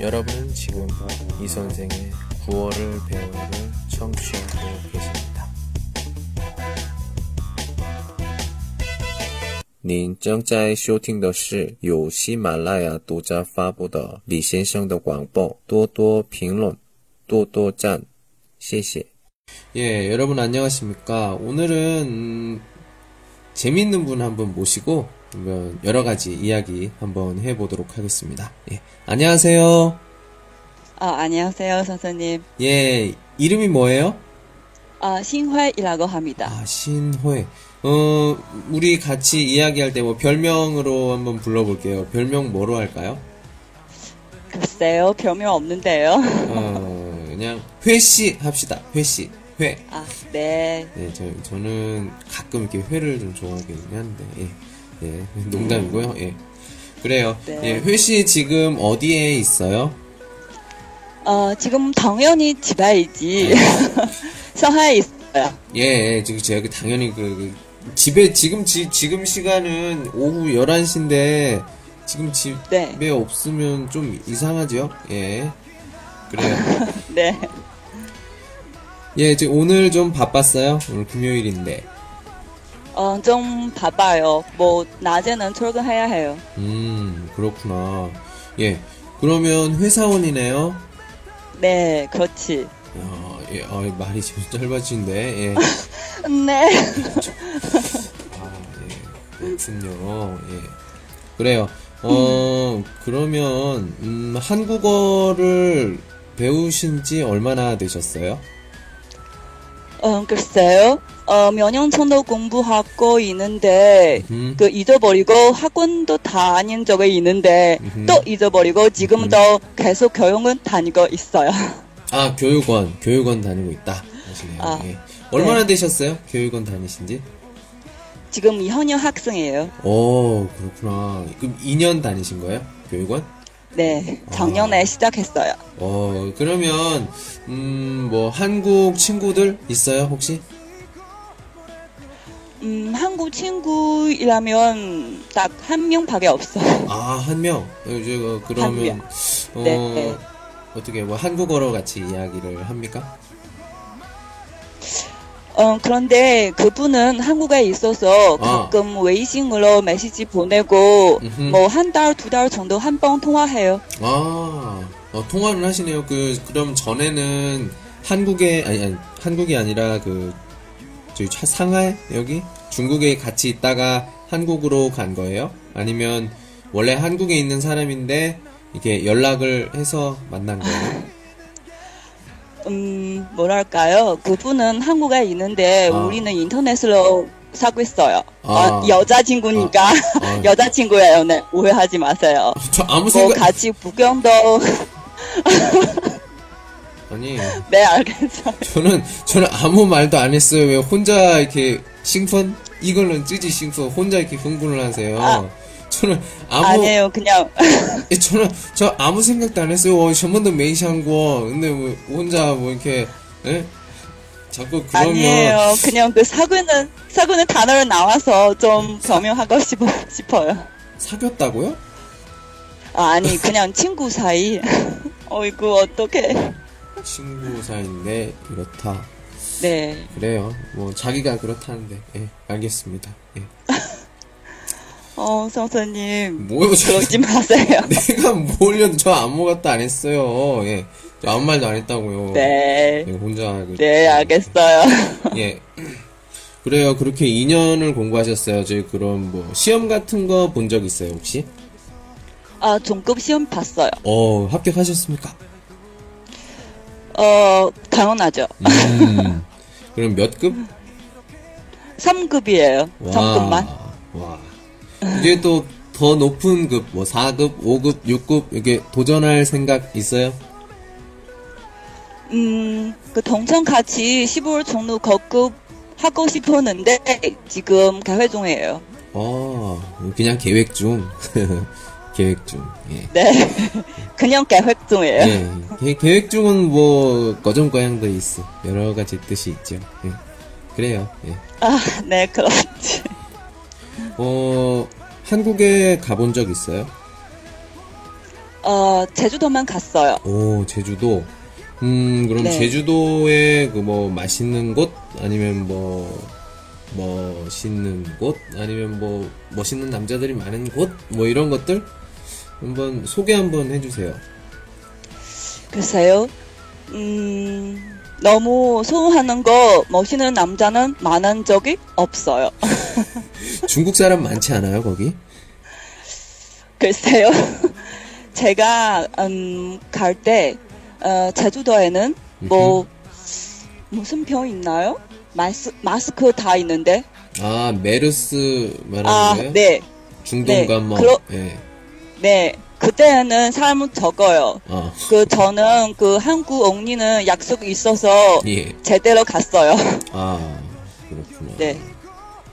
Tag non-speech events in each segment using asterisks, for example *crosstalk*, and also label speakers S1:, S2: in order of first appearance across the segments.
S1: 여러분 지금 이 선생의 구월을 배우를 청취하고 계십니다. 您正在收听的是由喜马拉雅独家发布的李先生的广播，多多评论，多多赞，谢谢。 예, 여러분 안녕하십니까? 오늘은 음, 재미있는 분 한 분 모시고 한번 여러 가지 이야기 한번 해보도록 하겠습니다. 예, 안녕하세요.
S2: 아, 안녕하세요, 선생님.
S1: 예, 이름이 뭐예요?
S2: 아, 신회이라고 합니다.
S1: 아, 신호에. 어, 우리 같이 이야기할 때 뭐 별명으로 한번 불러볼게요. 별명 뭐로 할까요?
S2: 글쎄요, 별명 없는데요. *laughs*
S1: 어, 그냥 회씨 합시다. 회씨. 회.
S2: 아, 네.
S1: 네, 저, 저는 가끔 이렇게 회를 좀 좋아하긴 한데, 예. 예, 농담이고요, 예. 그래요.
S2: 네.
S1: 예, 회씨 지금 어디에 있어요?
S2: 어, 지금 당연히 집에이지. *laughs* 상하이에 있어요.
S1: 예, 예, 지금 제가 당연히 그, 그 집에, 지금, 지, 지금 시간은 오후 11시인데, 지금 집에
S2: 네.
S1: 없으면 좀 이상하죠? 예. 그래요.
S2: 네.
S1: 예, 지금 오늘 좀 바빴어요. 오늘 금요일인데.
S2: 어, 좀 바빠요. 뭐, 낮에는 출근해야 해요.
S1: 음, 그렇구나. 예. 그러면 회사원이네요?
S2: 네, 그렇지.
S1: 어, 예, 어, 말이 좀 짧아지는데, 예.
S2: 네. *laughs*
S1: 아, 예. 그렇군요. 예. 그래요. 어, 그러면, 음, 한국어를 배우신 지 얼마나 되셨어요?
S2: 어, 글쎄요. 어, 몇 년 전도 공부하고 있는데,
S1: 음.
S2: 그 잊어버리고 학원도 다닌 적이 있는데,
S1: 음흠. 음.
S2: 또 잊어버리고 지금도 계속 교육은 다니고 있어요. *laughs*
S1: 아, 교육원, 교육원 다니고 있다. 하시네요.
S2: 아,
S1: 예. 얼마나 되셨어요? 교육원 다니신 지?
S2: 지금 이현영 학생이에요.
S1: 오, 어, 그렇구나. 그럼 2년 다니신 거예요? 교육원?
S2: 네, 작년에
S1: 아.
S2: 시작했어요.
S1: 어, 그러면, 음, 뭐, 한국 친구들 있어요, 혹시?
S2: 음, 한국 친구이라면 딱 한 명밖에 없어요.
S1: 아, 한 명. 이제 어,
S2: 한
S1: 그러면
S2: 명.
S1: 어,
S2: 네.
S1: 어떻게 뭐 한국어로 같이 이야기를 합니까?
S2: 어, 그런데 그분은 한국에 있어서
S1: 아.
S2: 가끔 웨이싱으로 메시지 보내고
S1: 음흠.
S2: 뭐 한 달, 두 달 정도 한 번 통화해요.
S1: 아, 어, 통화를 하시네요. 그 그럼 전에는 한국에 아니, 아니 한국이 아니라 그 저기 차- 상하이 여기 중국에 같이 있다가 한국으로 간 거예요? 아니면 원래 한국에 있는 사람인데 이렇게 연락을 해서 만난
S2: *laughs*
S1: 거예요?
S2: 음, 뭐랄까요. 그분은 한국에 있는데
S1: 아.
S2: 우리는 인터넷으로 사고 있어요.
S1: 아.
S2: 어, *laughs* 여자친구니까.
S1: 아.
S2: 여자친구예요. 네, 오해하지 마세요.
S1: 저 아무
S2: 뭐
S1: 생각
S2: 같이 구경도 *laughs*
S1: 아니
S2: 네 알겠어요.
S1: 저는 저는 아무 말도 안 했어요. 왜 혼자 이렇게 싱펀? 이걸로는 찌지 싱펀 혼자 이렇게 흥분을 하세요.
S2: 아.
S1: 저는 아무
S2: 아니에요 그냥
S1: 예, 저는 저 아무 생각도 안 했어요. 어, 전문도 메이샹고 근데 뭐 혼자 뭐 이렇게 예? 자꾸 그러면
S2: 아니에요 그냥 그 사귀는 사귀는 단어를 나와서 좀 변명하고 *laughs* 싶어, 싶어요.
S1: 사귀었다고요?
S2: 아, 아니 그냥 친구 사이. *laughs* 어이구 어떡해.
S1: 친구 사이인데 그렇다.
S2: 네.
S1: 그래요. 뭐 자기가 그렇다는데 예, 알겠습니다. 예.
S2: 어 선생님
S1: 뭐요? 저-
S2: 그러지 마세요.
S1: *laughs* 내가 뭘요? 저 아무것도 안 했어요. 예. 저 아무 말도 안 했다고요.
S2: 네.
S1: 예, 혼자 그-
S2: 네 알겠어요. *laughs*
S1: 예. 그래요. 그렇게 2년을 공부하셨어요. 저희 그런 뭐 시험 같은 거 본 적 있어요, 혹시?
S2: 아, 종급 시험 봤어요.
S1: 어, 합격하셨습니까?
S2: 어, 당연하죠.
S1: 음. *laughs* 그럼 몇 급?
S2: 3급이에요.
S1: 와.
S2: 잠깐만.
S1: 와. 이제 또 더 높은 급, 뭐 4급, 5급, 6급 이게 도전할 생각 있어요?
S2: 음, 그 동창 같이 15월 종로 거급 하고 싶었는데 지금 계획 중이에요.
S1: 어, 그냥 계획 중. *laughs* 계획 중. 예.
S2: 네. *laughs* 그냥 계획 중이에요.
S1: 예. 계- 계획 중은 뭐 거정 거양도 있어. 여러 가지 뜻이 있죠. 예. 그래요. 예.
S2: 아, 네, 그렇지.
S1: 어, 한국에 가본 적 있어요?
S2: 어, 제주도만 갔어요.
S1: 오, 제주도. 음, 그럼
S2: 네.
S1: 제주도에 그 뭐 맛있는 곳 아니면 뭐 멋있는 곳 아니면 뭐 멋있는 남자들이 많은 곳 뭐 이런 것들 한번 소개 한번 해주세요.
S2: 글쎄요. 음, 너무 소화하는 거 멋있는 남자는 만난 적이 없어요.
S1: 중국 사람 많지 않아요 거기?
S2: 글쎄요. *laughs* 제가 음, 갈 때 어, 제주도에는 뭐 무슨 병 있나요? 마스, 마스크 다 있는데.
S1: 아 메르스 말하는
S2: 아,
S1: 거예요?
S2: 네. 네,
S1: 중동감염.
S2: 그러-
S1: 예.
S2: 네. 그때는 사람은 적어요.
S1: 아
S2: 그 저는 그 한국 언니는 약속이 있어서
S1: 예.
S2: 제대로 갔어요. *laughs*
S1: 아 그렇구나.
S2: 네.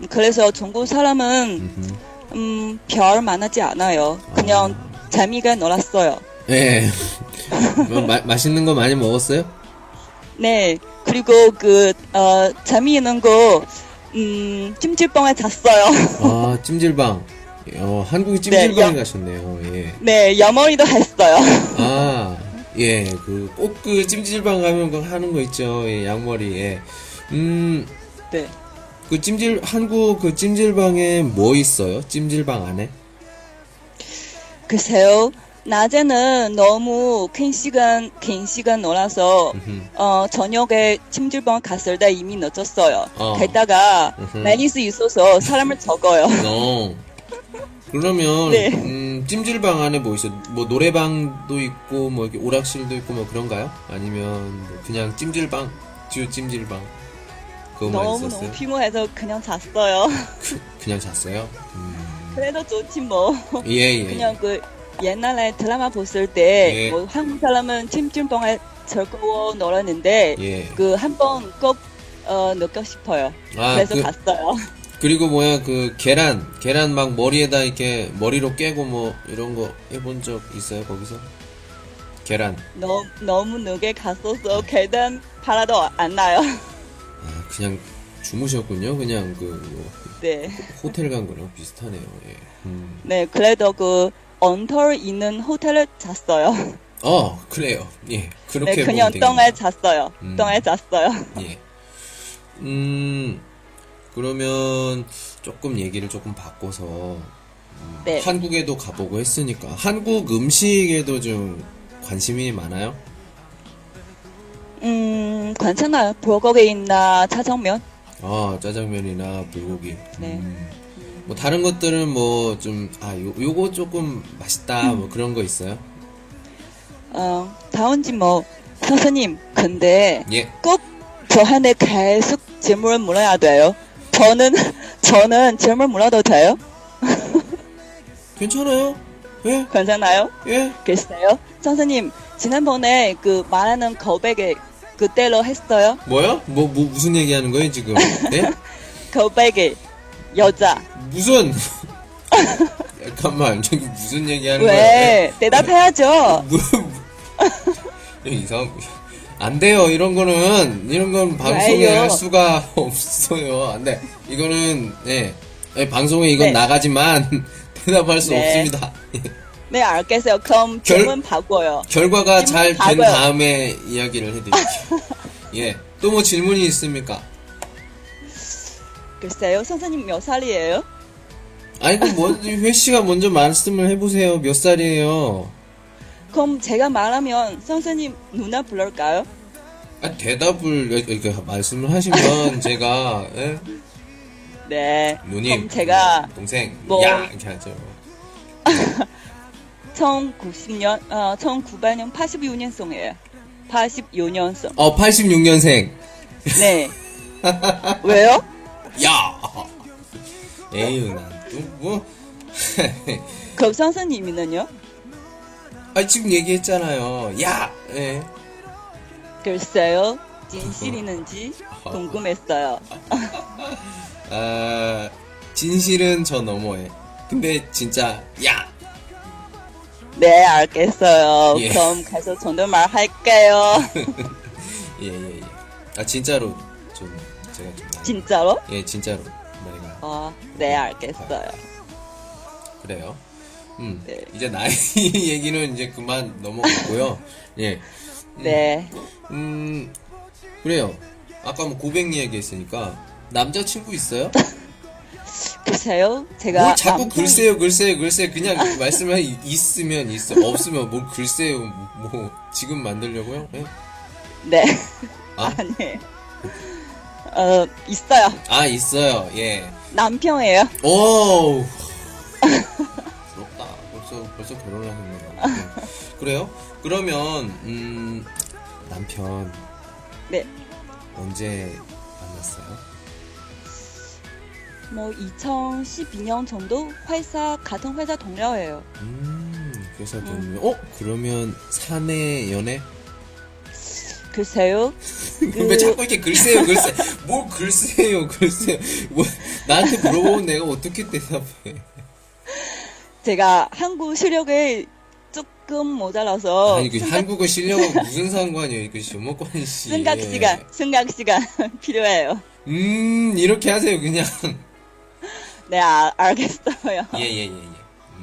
S2: 그래서 중국 사람은
S1: 음흠.
S2: 음, 별 많지 않아요. 그냥 재미가 놀았어요.
S1: 예. *laughs* 뭐, 마, 맛있는 거 많이 먹었어요?
S2: 네. 그리고 그, 어, 재미있는 거, 음, 찜질방에 잤어요. *laughs*
S1: 아 찜질방. 어 한국이
S2: 네,
S1: 찜질방에
S2: 야-
S1: 가셨네요. 예.
S2: 네, 영어이도 했어요. *laughs*
S1: 아, 예, 그, 꼭 그 찜질방 가면 그 하는 거 있죠. 예, 양머리, 예. 음,
S2: 네.
S1: 그 찜질, 한국 그 찜질방에 뭐 있어요? 찜질방 안에?
S2: 글쎄요. 낮에는 너무 긴 시간, 긴 시간 놀아서,
S1: 음흠.
S2: 어, 저녁에 찜질방 갔을 때 이미 늦었어요.
S1: 어.
S2: 게다가,
S1: 으흠.
S2: 매니스 있어서 사람을 적어요.
S1: 어. 그러면,
S2: 네.
S1: 음, 찜질방 안에 뭐 있어요? 뭐 노래방도 있고, 뭐 이렇게 오락실도 있고, 뭐 그런가요? 아니면 뭐 그냥 찜질방? 주 찜질방? 그거만
S2: 너무너무
S1: 있었어요?
S2: 피곤해서 그냥 잤어요. *laughs*
S1: 그냥 잤어요? 음.
S2: 그래도 좋지 뭐.
S1: 예, 예.
S2: 그냥 그 옛날에 드라마 봤을
S1: 예.
S2: 때, 뭐 한국 사람은 찜질방에 즐거워 놀았는데,
S1: 예.
S2: 그 한 번 꼭, 어, 느껴 싶어요.
S1: 아,
S2: 그래서
S1: 그-
S2: 갔어요. *laughs*
S1: 그리고 뭐야 그 계란 계란 막 머리에다 이렇게 머리로 깨고 뭐 이런 거 해본 적 있어요 거기서 계란
S2: 너, 너무 늦게 갔어서 계단 바라도 안 나요. *laughs*
S1: 아 그냥 주무셨군요 그냥 그 뭐,
S2: 네.
S1: 호텔 간 거랑 비슷하네요 예. 음.
S2: 네, 그래도 그 언털 있는 호텔을 잤어요.
S1: 어 그래요 예
S2: 네,
S1: 그렇게 보면
S2: 그냥
S1: 되겠네요.
S2: 똥에 잤어요.
S1: 음.
S2: 똥에 잤어요.
S1: 예. 음 그러면 조금 얘기를 조금 바꿔서 음,
S2: 네.
S1: 한국에도 가보고 했으니까 한국 음식에도 좀 관심이 많아요
S2: 음, 괜찮아요. 불고기나 짜장면.
S1: 아, 짜장면이나 불고기.
S2: 네.
S1: 음. 뭐 다른 것들은 뭐 좀 아, 요, 요거 조금 맛있다. 뭐 그런 거 있어요?
S2: 어, 다운지 뭐 선생님, 근데
S1: 예.
S2: 꼭 저한테 계속 질문을 물어야 돼요. 저는 저는 질문 물어도 돼요?
S1: 괜찮아요? 예?
S2: 괜찮아요?
S1: 예?
S2: 글쎄요. 선생님, 지난번에 그 말하는 거백에 그대로 했어요?
S1: 뭐요? 뭐, 뭐 무슨 얘기 하는 거예요, 지금? 네?
S2: 거백에 여자.
S1: 무슨 *laughs* 잠깐만. 저기 무슨 얘기 하는 거예요? 예?
S2: 왜? 대답해야죠.
S1: 뭐, 뭐. 이상 안 돼요. 이런 거는 이런
S2: 네,
S1: 건 방송에
S2: 왜요?
S1: 할 수가 *laughs* 없어요. 안 돼. 이거는 예. 예, 방송에 이건
S2: 네.
S1: 나가지만 *laughs* 대답할 수
S2: 네.
S1: 없습니다. 예.
S2: 네, 알겠어요. 그럼
S1: 결-
S2: 질문 바꿔요. 음,
S1: 결과가 잘 된
S2: 바꿔요.
S1: 다음에 이야기를 해드릴게요.
S2: *laughs*
S1: 예. 또 뭐 질문이 있습니까?
S2: 글쎄요. 선생님 몇 살이에요?
S1: 아이고 뭐 회씨가 먼저 말씀을 해보세요. 몇 살이에요?
S2: 그럼 제가 말하면 선생님 누나 부를까요?
S1: 아, 대답을 이렇게 말씀을
S2: *laughs*
S1: 하시면 제가 예?
S2: 네.
S1: 누님,
S2: 그럼 제가
S1: 동생,
S2: 뭐-
S1: 야 이렇게 하죠.
S2: 1990년, 어, 1900년, 86년생이에요. 86년생.
S1: 어, 86년생. *laughs*
S2: 네. 왜요? *laughs*
S1: 야. 에휴, 난또 뭐. *laughs*
S2: 그럼 선생님은요?
S1: 아, 지금 얘기했잖아요. 야. 예.
S2: 글쎄요.
S1: *laughs*
S2: 진실이는지 궁금했어요.
S1: 아, 진실은 저 너머에. 근데 진짜 야.
S2: 네, 알겠어요.
S1: 예.
S2: 그럼 가서 존댓말 할게요. *laughs*
S1: 예, 예, 예. 아, 진짜로 좀 제가 좀 많이-
S2: 진짜로?
S1: 예, 진짜로. 말이가
S2: 어, 네, 알겠어요.
S1: 그래요. 음. 네. 이제 나이 *laughs* 얘기는 이제 그만 넘어갔고요. 예.
S2: 음, 네.
S1: 음, 그래요. 아까 뭐 고백 얘기했으니까 남자친구 있어요?
S2: 글쎄요. 제가
S1: 뭘 자꾸 남편... 글쎄요, 글쎄요, 글쎄 그냥 말씀을 있으면 있어, 없으면 뭘 글쎄요. 뭐 지금 만들려고요? 예?
S2: 네. 네. *laughs* 아? 아니. 어 있어요.
S1: 아 있어요. 예.
S2: 남편이에요.
S1: 오. 부럽다. 벌써 벌써 결혼을 하셨네요. 그래요? 그러면 음 남편.
S2: 네.
S1: 언제 만났어요?
S2: 뭐 2012년 정도 회사 같은 회사 동료예요.
S1: 음 회사 동료. 음. 어 그러면 사내 연애?
S2: 글쎄요.
S1: 그... *laughs* 왜 자꾸 이렇게 글쎄요, 글쎄. 뭘 글쎄요, 글쎄. 뭐 나한테 물어보면 내가 어떻게 대답해?
S2: 제가 한국 실력에 조금 모자라서.
S1: 아니 그 생각... 한국어 실력은 무슨 상관이에요, 그 주목관 씨. 예.
S2: 생각 시간, 생각 시간 *laughs* 필요해요.
S1: 음 이렇게 하세요 그냥.
S2: 네 아, 알겠어요.
S1: 예예예 네. 예, 예, 예.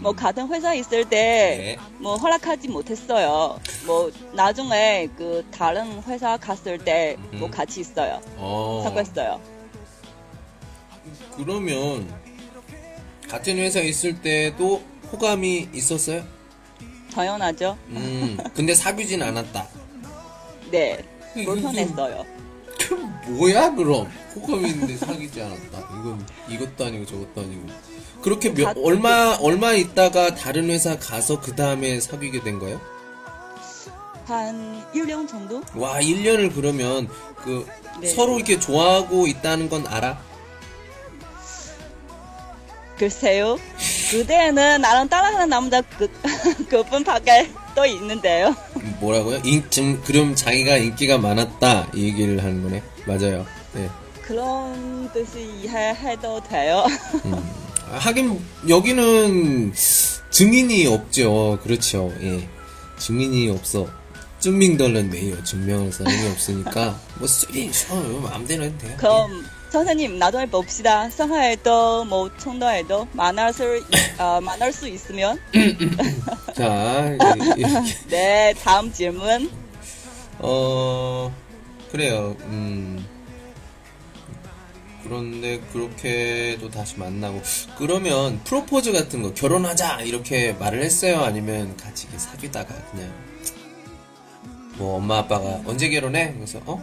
S2: 뭐 같은 회사 있을 때 뭐 허락하지 못했어요. 뭐 나중에 그 다른 회사 갔을 때
S1: 음.
S2: 뭐 같이 있어요. 어. 사과했어요.
S1: 그러면 같은 회사 있을 때도 호감이 있었어요?
S2: 당연하죠.
S1: 음, 근데 사귀진 않았다.
S2: 네,
S1: 예,
S2: 불편했어요.
S1: 그 뭐야 그럼 호감이 있는데 사귀지 않았다. 이건 이것도 아니고 저것도 아니고. 그렇게 몇, 가, 얼마 얼마 있다가 다른 회사 가서 그 다음에 사귀게 된 거예요?
S2: 한 1년 정도?
S1: 와, 1년을 그러면 그 네. 서로 이렇게 좋아하고 있다는 건 알아?
S2: 글쎄요. 그대는 나랑 따라하는 남자 그, *laughs* 그분 밖에 또 있는데요.
S1: 뭐라고요? 인, 지금, 그럼 자기가 인기가 많았다 이 얘기를 하는 거네. 맞아요. 네.
S2: 그런 뜻이 이해해도 돼요. *laughs* 음.
S1: 하긴 여기는 증인이 없죠. 그렇죠. 예. 증인이 없어. 증명덜는 매요. 증명할 사람이 없으니까 뭐 쓰리 셔 마음대로 해도 돼요.
S2: 그럼 예. 선생님 나중에 봅시다. 상하에도 뭐 청도에도 만날 수 어, 만날 수 있으면.
S1: 자.
S2: 예, 예. 네 다음 질문.
S1: 어 그래요. 음. 그런데 그렇게도 다시 만나고 그러면 프로포즈 같은 거 결혼하자 이렇게 말을 했어요 아니면 같이 사귀다가 그냥 뭐 엄마 아빠가 언제 결혼해 그래서 어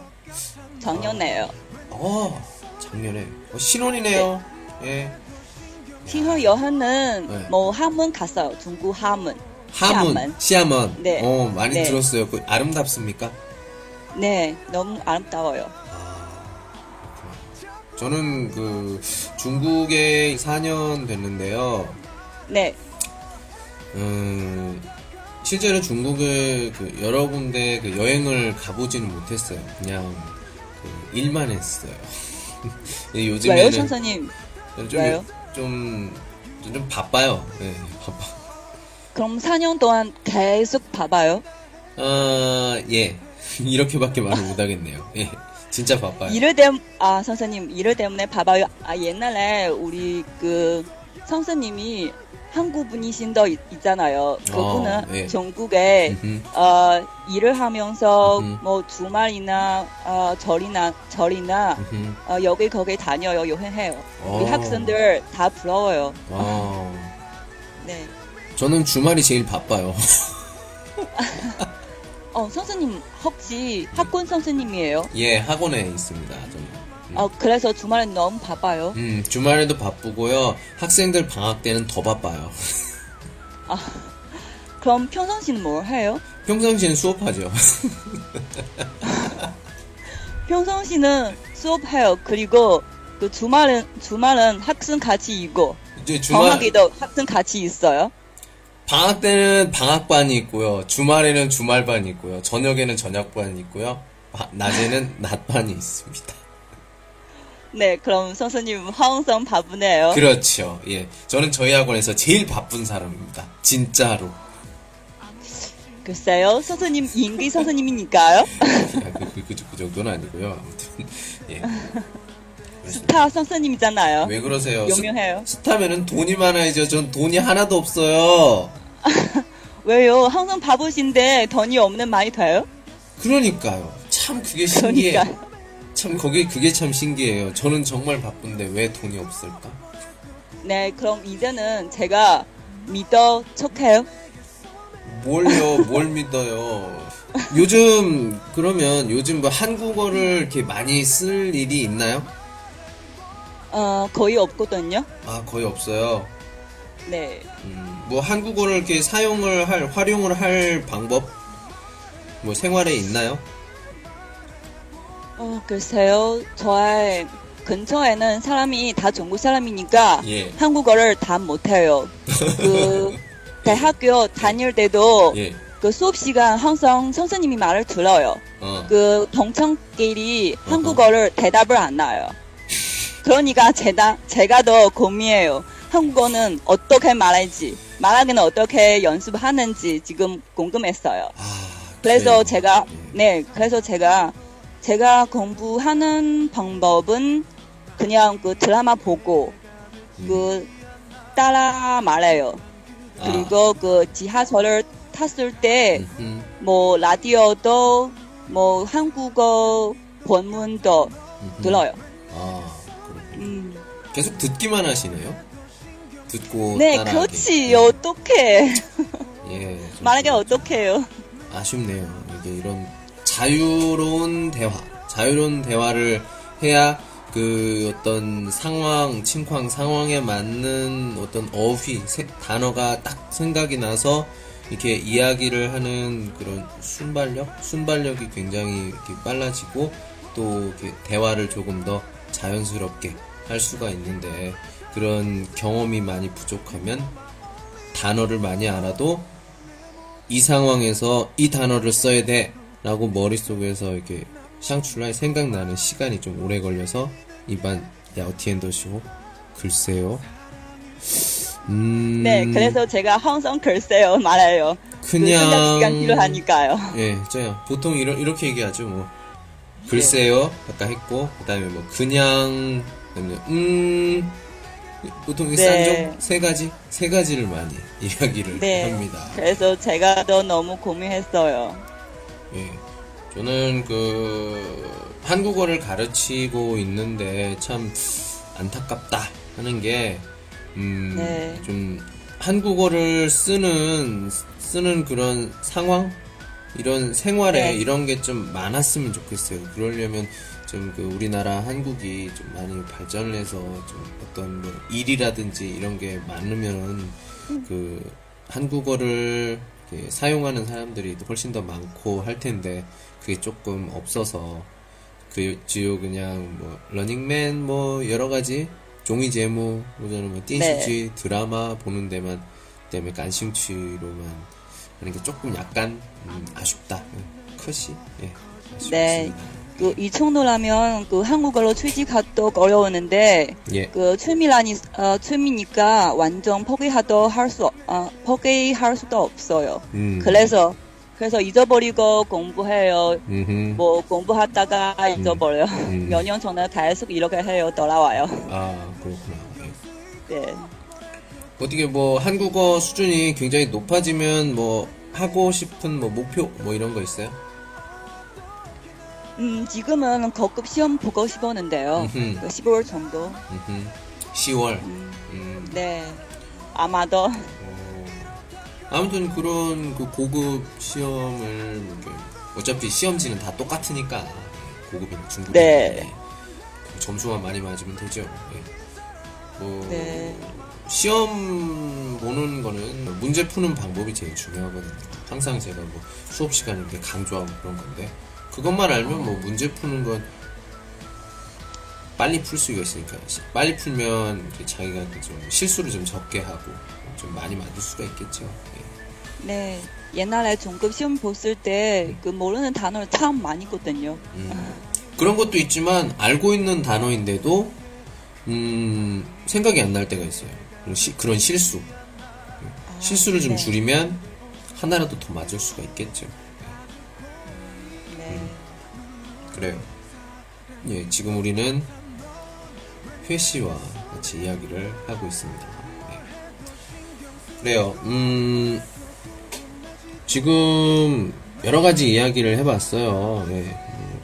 S2: 작년에요
S1: 어, 어 작년에 어, 신혼이네요 네.
S2: 예 신혼 여행은 네. 뭐 하문 갔어요 중국 하문
S1: 하문 시아먼
S2: 네.
S1: 어 많이 네. 들었어요 그 아름답습니까
S2: 네 너무 아름다워요
S1: 저는 그 중국에 4년 됐는데요.
S2: 네.
S1: 음, 실제로 중국을 그 여러 군데 그 여행을 가보지는 못했어요. 그냥 그 일만 했어요. *laughs*
S2: 요즘에는 왜요, 선생님?
S1: 좀, 왜요? 좀, 좀, 좀 바빠요. 네, 바빠.
S2: 그럼 4년 동안 계속 바빠요?
S1: 어, 예. *laughs* 이렇게밖에 말을 못하겠네요. 예. 진짜 바빠요.
S2: 일을 때문에 아 선생님 일을 때문에 바빠요. 아 옛날에 우리 그 선생님이 한국 분이신도 있, 잖아요 그분은 어, 네. *laughs* 전국에 음흠. 어, 일을 하면서 음흠. 뭐 주말이나 어, 절이나 절이나 어, 여기 거기 다녀요 여행해요. 오.
S1: 어.
S2: 우리 그 학생들 다 부러워요.
S1: 와.
S2: 네.
S1: 어. 저는 주말이 제일 바빠요. *laughs*
S2: 어, 선생님 혹시 학군 선생님이에요?
S1: 예, 학원에 있습니다. 저는.
S2: 음. 어, 그래서 주말엔 너무 바빠요.
S1: 음, 주말에도 바쁘고요. 학생들 방학 때는 더 바빠요. *laughs*
S2: 아, 그럼 평상시는 뭘 해요?
S1: 평상시는 수업하죠. *laughs*
S2: 평상시는 수업해요. 그리고 그 주말은 주말은 학생 같이 있고
S1: 이제 주말...
S2: 방학에도 학생 같이 있어요.
S1: 방학 때는 방학반이 있고요. 주말에는 주말반이 있고요. 저녁에는 저녁반이 있고요. 바, 낮에는 *laughs* 낮반이 있습니다.
S2: 네, 그럼 선생님 항상 바쁘네요.
S1: 그렇죠. 예. 저는 저희 학원에서 제일 바쁜 사람입니다. 진짜로.
S2: 글쎄요, 선생님, 인기 선생님이니까요?
S1: 아, 그, 그, 그, 그, 정도는 아니고요. 아무튼, 예.
S2: 스타 선생님이잖아요.
S1: 왜 그러세요?
S2: 유명해요.
S1: 스, 타면은 돈이 많아야죠. 전 돈이 하나도 없어요.
S2: 왜요? 항상 바보신데 돈이 없는 많이 돼요?
S1: 그러니까요. 참 그게 신기해. 그러니까요. 참 거기 그게 참 신기해요. 저는 정말 바쁜데 왜 돈이 없을까?
S2: 네, 그럼 이제는 제가 믿어 척해요.
S1: 뭘요? 뭘 믿어요? 요즘 그러면 요즘 뭐 한국어를 이렇게 많이 쓸 일이 있나요?
S2: 어 거의 없거든요.
S1: 아 거의 없어요.
S2: 네.
S1: 음, 뭐 한국어를 이렇게 사용을 할 활용을 할 방법 뭐 생활에 있나요?
S2: 어 글쎄요. 저의 근처에는 사람이 다 중국 사람이니까
S1: 예.
S2: 한국어를 다 못해요. 그 대학교 다닐 때도
S1: 예.
S2: 그 수업 시간 항상 선생님이 말을 들어요.
S1: 어.
S2: 그 동창끼리 한국어를 대답을 안 나요. 그러니까 제가 제가 더 고민해요. 한국어는 어떻게 말할지, 말하기는 어떻게 연습하는지 지금 궁금했어요.
S1: 아,
S2: 그래서
S1: 그래요.
S2: 제가 네, 그래서 제가 제가 공부하는 방법은 그냥 그 드라마 보고
S1: 음.
S2: 그 따라 말해요. 그리고 그 지하철을 탔을 때
S1: 아. 음,
S2: 뭐 라디오도 뭐 한국어 본문도
S1: 음,
S2: 들어요.
S1: 아, 그렇군요.
S2: 음.
S1: 계속 듣기만 하시네요? 듣고
S2: 네,
S1: 따라하기.
S2: 그렇지. 어떡해. *laughs*
S1: 예, 좀
S2: 말하기 어떡해요.
S1: 아쉽네요. 이게 이런 자유로운 대화, 자유로운 대화를 해야 그 어떤 상황, 침황 상황에 맞는 어떤 어휘, 세- 단어가 딱 생각이 나서 이렇게 이야기를 하는 그런 순발력, 순발력이 굉장히 이렇게 빨라지고 또 이렇게 대화를 조금 더 자연스럽게 할 수가 있는데 그런 경험이 많이 부족하면 단어를 많이 알아도 이 상황에서 이 단어를 써야 돼 라고 머릿속에서 이렇게 샹출라이 생각나는 시간이 좀 오래 걸려서 이반 야오티엔더쇼 글쎄요 음
S2: 네, 그래서 제가 항상 글쎄요 말해요. 그 생각
S1: 그냥
S2: 시간 필요하니까요.
S1: 예 저요 보통 이러, 이렇게 얘기하죠 뭐 글쎄요 아까 했고 그다음에 뭐 그냥 그다음에 음 보통 이
S2: 네.
S1: 쌍종 세 가지 세 가지를 많이 *laughs* 이야기를
S2: 네.
S1: 합니다
S2: 그래서 제가 더 너무 고민했어요.
S1: 예. 저는 그 한국어를 가르치고 있는데 참 안타깝다 하는 게 음,
S2: 네.
S1: 좀 한국어를 쓰는 쓰는 그런 상황 이런 생활에
S2: 네.
S1: 이런 게 좀 많았으면 좋겠어요. 그러려면 좀 그 우리나라 한국이 좀 많이 발전을 해서 좀 어떤 뭐 일이라든지 이런 게 많으면 그 한국어를 이렇게 사용하는 사람들이 훨씬 더 많고 할 텐데 그게 조금 없어서 그 주요 그냥 뭐 러닝맨 뭐 여러 가지 종이 제목 뭐 저는 뭐 띵시지 드라마 보는 데만 때문에 간심취로만 하는 게 조금 약간 음, 아쉽다 음, 컷이 예
S2: 네.
S1: 아쉽습니다.
S2: 그 이 정도라면 그 한국어로 취직하도 어려웠는데
S1: 예
S2: 그 취미라니 어, 취미니까 완전 포기하도 할 수 어, 포기할 수도 없어요.
S1: 음.
S2: 그래서 그래서 잊어버리고 공부해요.
S1: 음흠.
S2: 뭐 공부하다가 잊어버려요.
S1: 음.
S2: *laughs* 몇 년 전에 계속 이렇게 해요. 돌아와요.
S1: 아 그렇구나 예.
S2: 네.
S1: 어떻게 뭐 한국어 수준이 굉장히 높아지면 뭐 하고 싶은 뭐 목표 뭐 이런 거 있어요?
S2: 음, 지금은 거급 시험 보고 싶었는데요.
S1: 음흠.
S2: 그 15월 정도.
S1: 음흠. 10월
S2: 음,
S1: 음.
S2: 네. 아마도
S1: 어, 아무튼 그런 그 고급 시험을 이렇게 어차피 시험지는 다 똑같으니까 고급이나 예. 중급
S2: 네.
S1: 점수만 많이 맞으면 되죠. 예. 뭐
S2: 네.
S1: 시험 보는 거는 문제 푸는 방법이 제일 중요하거든요. 항상 제가 뭐 수업 시간에 이렇게 강조하고 그런 건데 그것만 알면 뭐 문제 푸는 건 빨리 풀 수가 있으니까 빨리 풀면 이렇게 자기가 이렇게 좀 실수를 좀 적게 하고 좀 많이 만들 수가 있겠죠. 예.
S2: 네. 옛날에 종급 시험 봤을 때 그 모르는 단어를 참 많이 있거든요.
S1: 음. 그런 것도 있지만 알고 있는 단어인데도 음, 생각이 안 날 때가 있어요. 그런 시- 그런 실수 실수를 좀
S2: 네.
S1: 줄이면 하나라도 더 맞을 수가 있겠죠.
S2: 네.
S1: 음. 그래요. 예, 지금 우리는 회 씨와 같이 이야기를 하고 있습니다. 네. 그래요. 음, 지금 여러 가지 이야기를 해봤어요. 예. 음,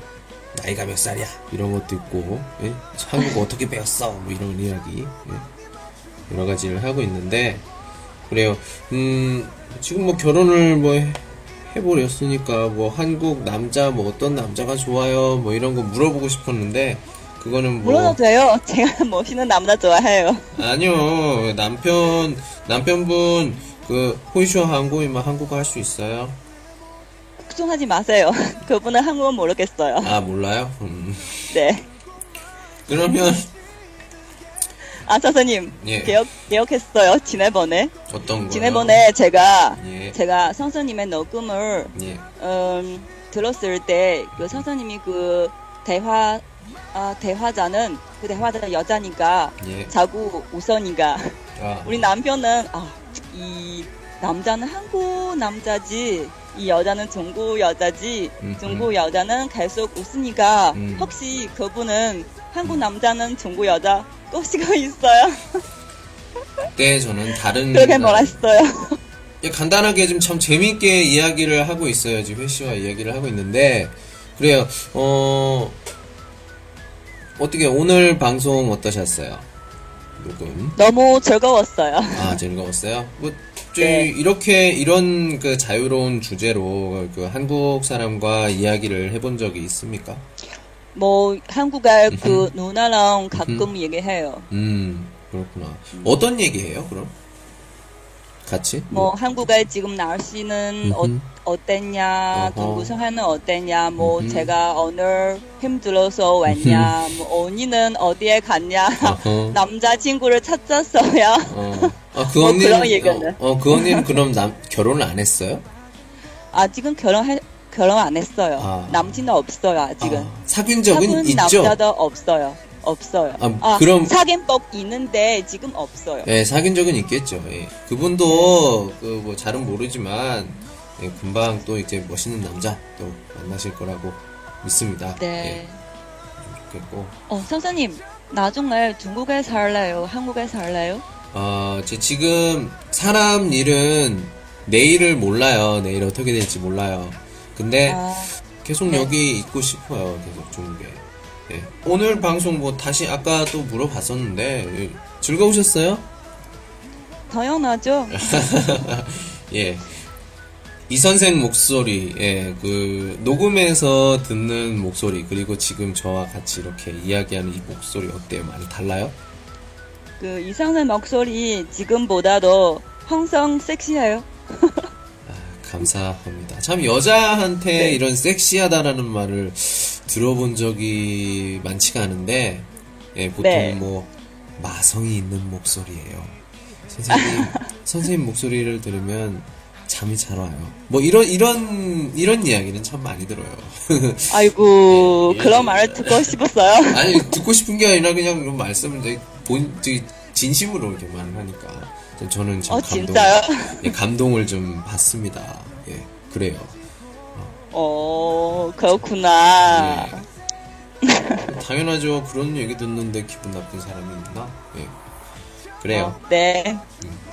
S1: 나이가 몇 살이야? 이런 것도 있고, 예? 한국어 어떻게 배웠어? 뭐 이런 이야기. 예. 여러 가지를 하고 있는데, 그래요. 음, 지금 뭐 결혼을 뭐 해- 해보렸으니까 뭐 한국 남자 뭐 어떤 남자가 좋아요? 뭐 이런 거 물어보고 싶었는데, 그거는 뭐.
S2: 물어도 돼요. *laughs* 제가 멋있는 남자 좋아해요.
S1: 아니요. 남편, 남편분, 그, 호이쇼 한국이면 한국어 할 수 있어요?
S2: 걱정하지 마세요. *laughs* 그분은 한국어 모르겠어요.
S1: 아, 몰라요? 음.
S2: 네.
S1: 그러면,
S2: 아 선생님
S1: 예.
S2: 기억 기억했어요. 지난번에
S1: 어떤 거요?
S2: 지난번에 제가
S1: 예.
S2: 제가 선생님의 녹음을
S1: 예.
S2: 음, 들었을 때 그 선생님이 그 대화 아, 대화자는 그 대화자는 여자니까
S1: 예.
S2: 자꾸 우선인가
S1: 아,
S2: 우리 남편은 아, 이 남자는 한국 남자지 이 여자는 중국 여자지
S1: 음,
S2: 중국 여자는 계속 웃으니까
S1: 음.
S2: 혹시 그분은 한국 남자는 중국 여자 꼬시고 *laughs* 있어요
S1: 그때 네, 저는 다른. 아,
S2: 그렇게 뭐라 했어요
S1: 예, 간단하게 좀 참 재밌게 이야기를 하고 있어요. 지금 회씨와 이야기를 하고 있는데. 그래요. 어, 어떻게, 오늘 방송 어떠셨어요? 녹음.
S2: 너무 즐거웠어요
S1: 아 즐거웠어요. 뭐 저희
S2: 네.
S1: 이렇게 이런 그 자유로운 주제로 그 한국 사람과 이야기를 해본 적이 있습니까?
S2: 뭐 한국의 그 누나랑 가끔 얘기해요
S1: 음 그렇구나. 어떤 얘기해요 그럼? 같이?
S2: 뭐 한국의 지금 날씨는 어,
S1: 예. 음흠.
S2: 어땠냐,
S1: 어허.
S2: 동구 생활은 어땠냐, 뭐
S1: 음흠.
S2: 제가 오늘 힘들어서 왔냐, 뭐 언니는 어디에 갔냐,
S1: 어허.
S2: *laughs* 남자친구를 찾았어요. *laughs*
S1: 어. 아, 그
S2: 뭐
S1: 언니는
S2: 그런 얘기였네.
S1: 어, 어, 그 언니는 그럼 남 결혼을 안 했어요?
S2: 아 지금 결혼해 결혼 안 했어요.
S1: 아.
S2: 남친도 없어요 아직은.
S1: 아, 사귄 적은
S2: 사귄
S1: 있죠.
S2: 남자도 없어요. 없어요.
S1: 아, 그럼-
S2: 사귄법 있는데 지금 없어요.
S1: 예, 사귄 적은 있겠죠. 예. 그분도 그 뭐 잘은 모르지만 예, 금방 또 이제 멋있는 남자 또 만나실 거라고 믿습니다.
S2: 네.
S1: 예, 좋겠고.
S2: 어 선생님 나중에 중국에 살래요? 한국에 살래요?
S1: 어, 제 지금 사람 일은 내일을 몰라요. 내일 어떻게 될지 몰라요. 근데
S2: 아,
S1: 계속 여기 있고 싶어요. 계속 중국에. 예. 오늘 방송 뭐 다시 아까 또 물어봤었는데 예, 즐거우셨어요? *laughs*
S2: 당연하죠.
S1: 예. 이 선생 목소리, 예, 그, 녹음해서 듣는 목소리, 그리고 지금 저와 같이 이렇게 이야기하는 이 목소리 어때요? 많이 달라요?
S2: 그 이상선 목소리 지금보다도 항상 섹시해요.
S1: 아, 감사합니다. 참, 여자한테
S2: 네.
S1: 이런 섹시하다라는 말을 들어본 적이 많지가 않은데, 예, 보통
S2: 네.
S1: 뭐, 마성이 있는 목소리예요.
S2: *laughs*
S1: 선생님, 선생님 목소리를 들으면 잠이 잘 와요. 뭐, 이런, 이런, 이런 이야기는 참 많이 들어요. *laughs*
S2: 아이고
S1: 예, 예.
S2: 그런 말을 듣고 싶었어요. *laughs*
S1: 아니 듣고 싶은 게 아니라 그냥 이런 말씀을 이제 본 되게 진심으로 이렇게 말을 하니까 좀 저는 참
S2: 어,
S1: 감동
S2: 진짜요?
S1: 예, 감동을 좀 받습니다. 예 그래요.
S2: 어 그렇구나.
S1: 네, 예. 당연하죠. 그런 얘기 듣는데 기분 나쁜 사람이 있나? 예 그래요.
S2: 어, 네.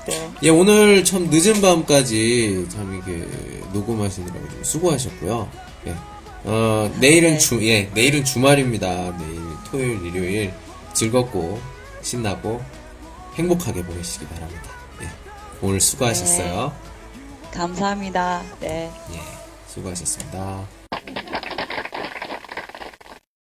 S2: 네.
S1: 예 오늘 참 늦은 밤까지 참 이렇게 녹음하시느라고 좀 수고하셨고요. 예. 어 내일은
S2: 네.
S1: 주 예 내일은 주말입니다. 내일 토요일 일요일 즐겁고 신나고 행복하게 보내시기 바랍니다. 예. 오늘 수고하셨어요.
S2: 감사합니다. 네.
S1: 예, 수고하셨습니다.